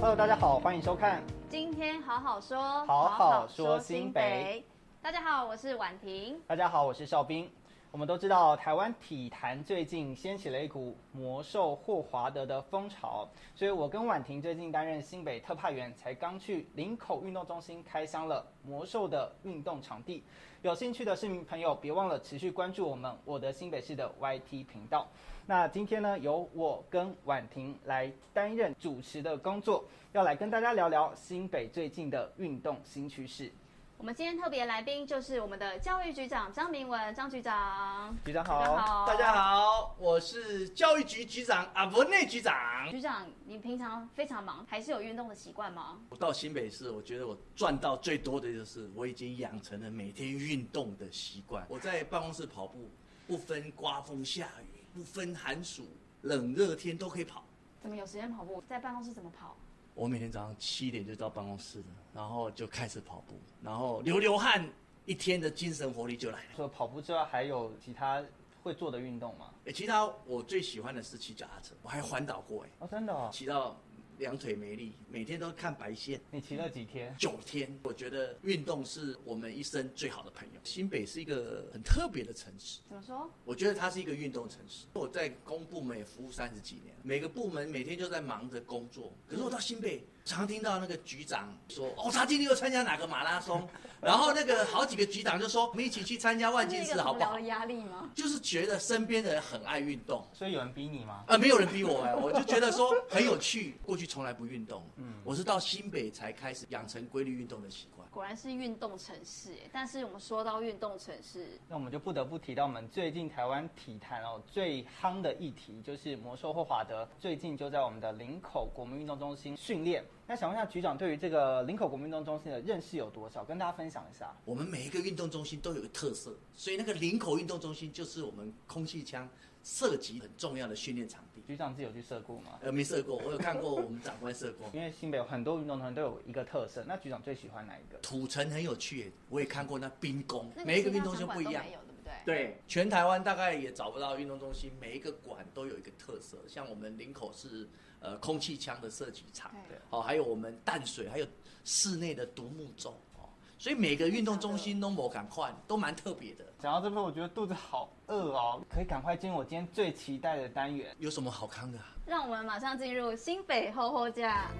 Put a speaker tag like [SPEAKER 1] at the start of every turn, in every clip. [SPEAKER 1] Hello，大家好，欢迎收看。
[SPEAKER 2] 今天好好说，
[SPEAKER 1] 好好说新北。
[SPEAKER 2] 大家好，我是婉婷。
[SPEAKER 1] 大家好，我是邵兵。我们都知道，台湾体坛最近掀起了一股魔兽霍华德的风潮，所以我跟婉婷最近担任新北特派员，才刚去林口运动中心开箱了魔兽的运动场地。有兴趣的市民朋友，别忘了持续关注我们我的新北市的 YT 频道。那今天呢，由我跟婉婷来担任主持的工作，要来跟大家聊聊新北最近的运动新趋势。
[SPEAKER 2] 我们今天特别来宾就是我们的教育局长张明文，张局长。
[SPEAKER 1] 局长
[SPEAKER 2] 局长
[SPEAKER 1] 好。
[SPEAKER 2] 好，
[SPEAKER 3] 大家。好，我是教育局局长阿文内局长。
[SPEAKER 2] 局长，你平常非常忙，还是有运动的习惯吗？
[SPEAKER 3] 我到新北市，我觉得我赚到最多的就是我已经养成了每天运动的习惯。我在办公室跑步，不分刮风下雨，不分寒暑冷热天都可以跑。
[SPEAKER 2] 怎么有时间跑步？在办公室怎么跑？
[SPEAKER 3] 我每天早上七点就到办公室了，然后就开始跑步，然后流流汗，一天的精神活力就来了。
[SPEAKER 1] 除了跑步之外，还有其他会做的运动吗？
[SPEAKER 3] 诶其他我最喜欢的是骑脚踏车，我还环岛过诶，
[SPEAKER 1] 哦，真的、哦？
[SPEAKER 3] 骑到两腿没力，每天都看白线。
[SPEAKER 1] 你骑了几天？
[SPEAKER 3] 九天，我觉得运动是我们一生最好的朋友。新北是一个很特别的城市，
[SPEAKER 2] 怎么说？
[SPEAKER 3] 我觉得它是一个运动城市。我在公部门也服务三十几年，每个部门每天就在忙着工作。可是我到新北，常听到那个局长说：“哦，他今天又参加哪个马拉松？” 然后那个好几个局长就说：“我们一起去参加万
[SPEAKER 2] 这
[SPEAKER 3] 金
[SPEAKER 2] 是一
[SPEAKER 3] 石
[SPEAKER 2] 个
[SPEAKER 3] 好
[SPEAKER 2] 无
[SPEAKER 3] 不
[SPEAKER 2] 聊
[SPEAKER 3] 好
[SPEAKER 2] 的压力吗？？”
[SPEAKER 3] 就是觉得身边的人很爱运动。
[SPEAKER 1] 所以有人逼你吗？
[SPEAKER 3] 啊，没有人逼我哎、我就觉得说很有趣。过去从来不运动，嗯，我是到新北才开始养成规律运动的习惯。
[SPEAKER 2] 果然是运动城市耶，但是我们说到运动城市，
[SPEAKER 1] 那我们就不得不提到我们最近台湾体坛哦最夯的议题，就是魔兽霍华德最近就在我们的林口国民运动中心训练。那想问一下局长，对于这个林口国民运动中心的认识有多少？跟大家分享一下。
[SPEAKER 3] 我们每一个运动中心都有个特色，所以那个林口运动中心就是我们空气枪射击很重要的训练场地。
[SPEAKER 1] 局长自己有去射过吗？
[SPEAKER 3] 呃，没射过，我有看过我们长官射过。
[SPEAKER 1] 因为新北有很多运动团都有一个特色，那局长最喜欢哪一个？
[SPEAKER 3] 土城很有趣耶，我也看过那冰宫
[SPEAKER 2] 那，
[SPEAKER 3] 每
[SPEAKER 2] 其
[SPEAKER 3] 一个
[SPEAKER 2] 他
[SPEAKER 3] 运动
[SPEAKER 2] 场
[SPEAKER 3] 中心
[SPEAKER 2] 馆
[SPEAKER 3] 不一
[SPEAKER 2] 都
[SPEAKER 3] 样
[SPEAKER 2] 没。有对不对？
[SPEAKER 3] 对，全台湾大概也找不到运动中心，每一个馆都有一个特色。像我们林口是呃空气枪的射击场，
[SPEAKER 2] 对
[SPEAKER 3] 哦，还有我们淡水，还有室内的独木舟哦，所以每个运动中心都某赶快都蛮特别的。
[SPEAKER 1] 讲到这边，我觉得肚子好饿哦，可以赶快进入我今天最期待的单元。
[SPEAKER 3] 有什么好看的、啊？
[SPEAKER 2] 让我们马上进入新北厚厚家。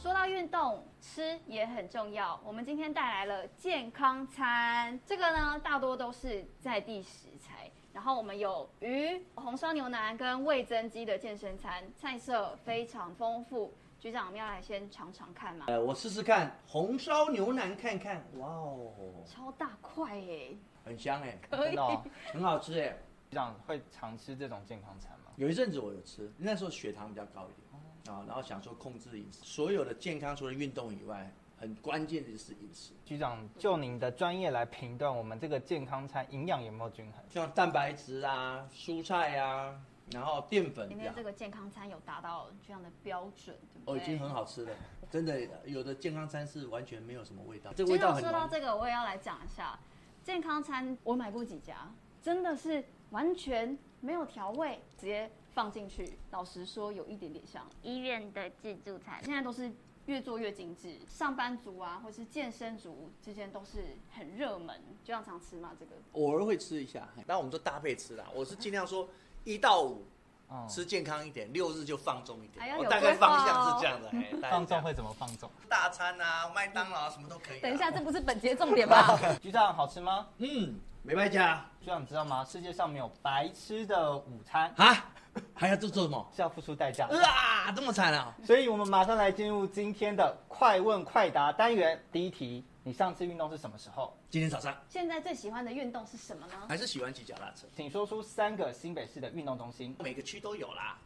[SPEAKER 2] 说到运动，吃也很重要。我们今天带来了健康餐，这个呢大多都是在地食材。然后我们有鱼、红烧牛腩跟味增鸡的健身餐，菜色非常丰富。局长，我们要来先尝尝看嘛，
[SPEAKER 3] 呃，我试试看红烧牛腩看看，哇哦，
[SPEAKER 2] 超大块耶！
[SPEAKER 3] 很香哎，
[SPEAKER 2] 可以
[SPEAKER 1] 真的哦、
[SPEAKER 3] 很好吃哎。
[SPEAKER 1] 局长会常吃这种健康餐吗？
[SPEAKER 3] 有一阵子我有吃，那时候血糖比较高一点啊，然后想说控制饮食，所有的健康除了运动以外，很关键的就是饮食，
[SPEAKER 1] 局长，就您的专业来评断我们这个健康餐营养有没有均衡？
[SPEAKER 3] 像蛋白质啊、蔬菜啊，然后淀粉
[SPEAKER 2] 今
[SPEAKER 3] 这
[SPEAKER 2] 天
[SPEAKER 3] 样
[SPEAKER 2] 这。个健康餐有达到这样的标准，对不
[SPEAKER 3] 哦，
[SPEAKER 2] 对？
[SPEAKER 3] 已经很好吃了，真的，有的健康餐是完全没有什么味道，这
[SPEAKER 2] 其
[SPEAKER 3] 味
[SPEAKER 2] 实
[SPEAKER 3] 道
[SPEAKER 2] 我
[SPEAKER 3] 很
[SPEAKER 2] 说到
[SPEAKER 3] 浓。
[SPEAKER 2] 这个，我也要来讲一下健康餐。我买过几家，真的是完全没有调味，直接放进去。老实说，有一点点像
[SPEAKER 4] 医院的自助餐。
[SPEAKER 2] 现在都是越做越精致，上班族啊，或是健身族之间都是很热门，就像常吃嘛。这个
[SPEAKER 3] 偶尔会吃一下，嘿那我们就搭配吃啦。我是尽量说一到五
[SPEAKER 1] 哦、
[SPEAKER 3] 吃健康一点，六日就放纵一
[SPEAKER 2] 哎呀
[SPEAKER 3] 点。我
[SPEAKER 2] 有
[SPEAKER 3] 大概
[SPEAKER 2] 规划
[SPEAKER 3] 方向
[SPEAKER 2] 哦
[SPEAKER 3] 是这样的， 嘿大概
[SPEAKER 1] 放
[SPEAKER 3] 是这
[SPEAKER 1] 纵
[SPEAKER 3] 样
[SPEAKER 1] 会怎么放纵？
[SPEAKER 3] 大餐啊，麦当劳啊什么都可以、
[SPEAKER 2] 等一下，，这不是本节重点 吧？
[SPEAKER 1] 局长好吃吗？
[SPEAKER 3] 嗯，没败家
[SPEAKER 1] 局长你知道吗？世界上没有白吃的午餐，
[SPEAKER 3] 啊，还要做做什么？
[SPEAKER 1] 是要付出代 价的。
[SPEAKER 3] 啊，这么惨啊！
[SPEAKER 1] 所以我们马上来进入今天的快问快答单元。第一题，你上次运动是什么时候？
[SPEAKER 3] 今天早上
[SPEAKER 2] 现在最喜欢的运动是什么呢？
[SPEAKER 3] 还是喜欢骑脚踏车，
[SPEAKER 1] 请说出三个新北市的运动中心。
[SPEAKER 3] 每个区都有啦，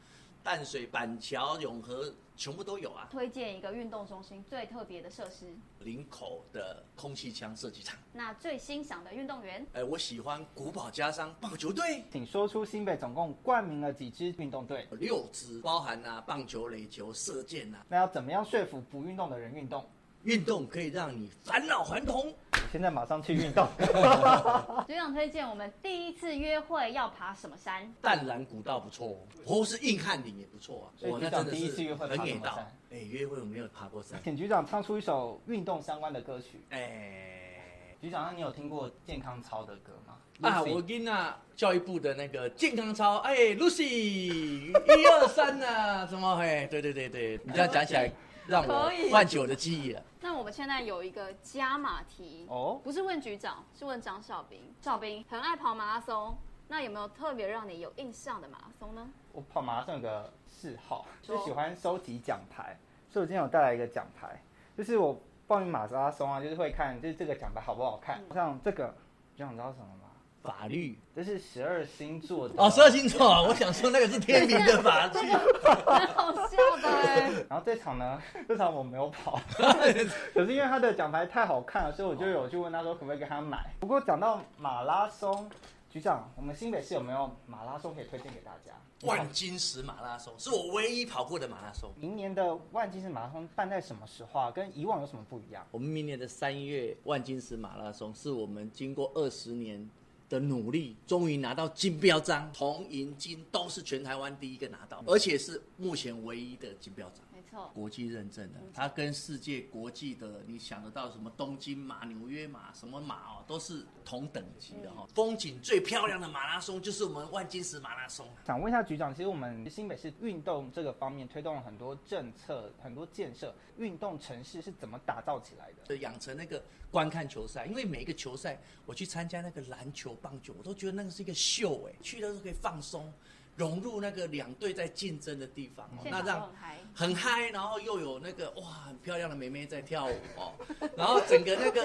[SPEAKER 3] 淡水、板桥、永和全部都有啊。
[SPEAKER 2] 推荐一个运动中心最特别的设施，
[SPEAKER 3] 林口的空气枪射击场，
[SPEAKER 2] 那最欣赏的运动员。
[SPEAKER 3] 哎、我喜欢古堡家商棒球队。
[SPEAKER 1] 请说出新北总共冠名了几支运动队。
[SPEAKER 3] 有六支，包含啊棒球、垒球、射箭啊，
[SPEAKER 1] 那要怎么样说服不运动的人运动？
[SPEAKER 3] 运动可以让你返老还童，
[SPEAKER 1] 现在马上去运动。
[SPEAKER 2] 局长推荐我们第一次约会要爬什么山？
[SPEAKER 3] 淡蓝古道不错哦，或是硬汉顶也不错啊。
[SPEAKER 1] 所以
[SPEAKER 3] 我
[SPEAKER 1] 局
[SPEAKER 3] 那
[SPEAKER 1] 长
[SPEAKER 3] 真的
[SPEAKER 1] 第一次
[SPEAKER 3] 是
[SPEAKER 1] 约会
[SPEAKER 3] 很
[SPEAKER 1] 爬
[SPEAKER 3] 给
[SPEAKER 1] 什么
[SPEAKER 3] 到
[SPEAKER 1] 山。
[SPEAKER 3] 哎，约会我没有爬 过山。
[SPEAKER 1] 请局长唱出一首运动相关的歌曲。
[SPEAKER 3] 哎，
[SPEAKER 1] 局长，那你有听过健康操的歌吗？
[SPEAKER 3] 啊，
[SPEAKER 1] Lucy
[SPEAKER 3] 我跟那教育部的那个健康操，哎，Lucy，一二三 呐，什么？哎，对对对对，你这样讲起来，让我
[SPEAKER 2] 可以
[SPEAKER 3] 唤起我的记忆了。啊
[SPEAKER 2] 那我们现在有一个加码题
[SPEAKER 1] 哦
[SPEAKER 2] 不是问局长，是问张少斌。少斌很爱跑马拉松，那有没有特别让你有印象的马拉松呢？
[SPEAKER 1] 我跑马拉松有个嗜好，
[SPEAKER 2] 说
[SPEAKER 1] 就喜欢收集奖牌，所以我今天有带来一个奖牌，就是我报名马拉松啊，就是会看就是这个奖牌好不好看，
[SPEAKER 3] 嗯
[SPEAKER 1] 像这个，你想知道什么吗？
[SPEAKER 3] 法律
[SPEAKER 1] 这是十二星座的
[SPEAKER 3] 哦，十二星座啊，我想说那个是天明的法律。
[SPEAKER 2] 蛮好笑的哎、
[SPEAKER 1] 然后这场呢， 这场我没有跑，可是因为他的奖牌太好看了，所以我就有去问他说可不可以跟他买。不过讲到马拉松，局长，我们新北市有没有马拉松可以推荐给大家？
[SPEAKER 3] 万金石马拉松是我唯一跑过的马拉松。
[SPEAKER 1] 明年的万金石马拉松办在什么时候啊？跟以往有什么不一样？
[SPEAKER 3] 我们明年的三月万金石马拉松是我们经过二十年的努力，终于拿到金标章，铜、银、金都是全台湾第一个拿到，而且是目前唯一的金标章。
[SPEAKER 2] 没错，
[SPEAKER 3] 国际认证的，它跟世界国际的你想得到什么东京马、纽约马、什么马哦，都是同等级的哦。风景最漂亮的马拉松就是我们万金石马拉松。
[SPEAKER 1] 想问一下局长，其实我们新北市运动这个方面推动了很多政策、很多建设，运动城市是怎么打造起来的？
[SPEAKER 3] 呃养成那个观看球赛，因为每一个球赛，我去参加那个篮球、棒球，我都觉得那个是一个秀哎、去的时候可以放松，融入那个两队在竞争的地方、哦，
[SPEAKER 2] 现
[SPEAKER 3] 那
[SPEAKER 2] 场都
[SPEAKER 3] 让
[SPEAKER 2] 很嗨。
[SPEAKER 3] 很嗨，然后又有那个哇很漂亮的妹妹在跳舞哦，然后整个那个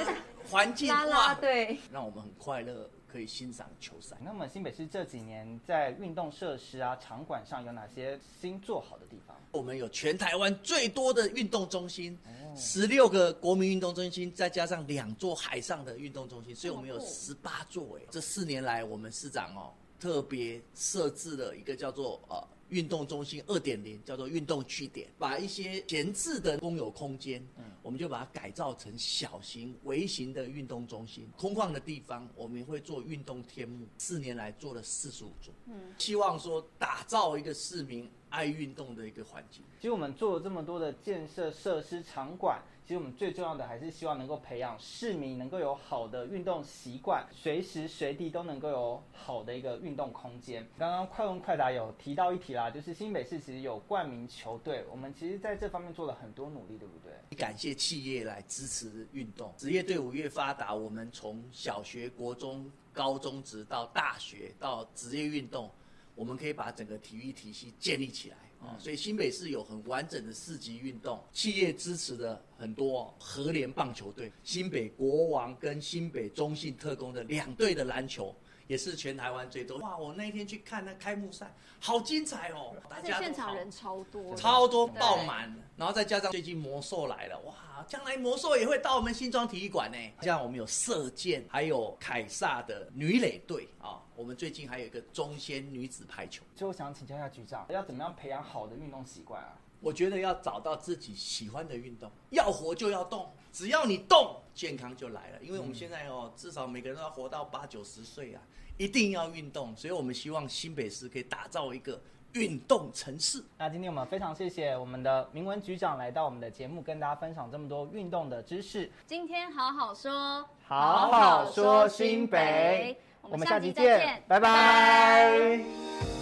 [SPEAKER 3] 环境
[SPEAKER 2] 啦啦
[SPEAKER 3] 哇，
[SPEAKER 2] 队，
[SPEAKER 3] 让我们很快乐，可以欣赏球赛。
[SPEAKER 1] 那么新北市这几年在运动设施啊、场馆上有哪些新做好的地方？
[SPEAKER 3] 我们有全台湾最多的运动中心，
[SPEAKER 2] 哦
[SPEAKER 3] 十六个国民运动中心，再加上两座海上的运动中心，所以我们有
[SPEAKER 2] 这么酷
[SPEAKER 3] 十八座。哎，这四年来，我们市长哦特别设置了一个叫做呃运动中心二点零，叫做运动据点，把一些闲置的公有空间，
[SPEAKER 2] 嗯
[SPEAKER 3] 我们就把它改造成小型微型的运动中心，空旷的地方，我们也会做运动天幕。四年来做了四十五座，
[SPEAKER 2] 嗯，
[SPEAKER 3] 希望说打造一个市民爱运动的一个环境。
[SPEAKER 1] 其实我们做了这么多的建设设施、场馆，其实我们最重要的还是希望能够培养市民能够有好的运动习惯，随时随地都能够有好的一个运动空间。刚刚快问快答有提到一题啦，就是新北市其实有冠名球队，我们其实在这方面做了很多努力，对不对？
[SPEAKER 3] 感谢企业来支持运动，职业队伍越发达，我们从小学、国中、高中直到大学到职业运动，我们可以把整个体育体系建立起来。哦，所以新北市有很完整的四级运动，企业支持的很多、哦，和联棒球队、新北国王跟新北中信特工的两队的篮球，也是全台湾最多。哇，我那一天去看那开幕赛，好精彩哦！大
[SPEAKER 2] 而且
[SPEAKER 3] 家都
[SPEAKER 2] 现
[SPEAKER 3] 好
[SPEAKER 2] 场人超多，
[SPEAKER 3] 超多爆满，然后再加上最近魔兽来了，哇，将来魔兽也会到我们新庄体育馆呢。像我们有射箭，还有凯撒的女垒队啊，我们最近还有一个中仙女子排球。
[SPEAKER 1] 所以我想请教一下局长，要怎么样培养好的运动习惯啊？
[SPEAKER 3] 我觉得要找到自己喜欢的运动，要活就要动，只要你动，健康就来了。因为我们现在哦，至少每个人都要活到八九十岁啊，一定要运动。所以我们希望新北市可以打造一个运动城市。
[SPEAKER 1] 那今天我们非常谢谢我们的明文局长来到我们的节目，跟大家分享这么多运动的知识。
[SPEAKER 2] 今天好好说，
[SPEAKER 1] 好好说新北，
[SPEAKER 2] 我们下集再见，
[SPEAKER 1] 拜拜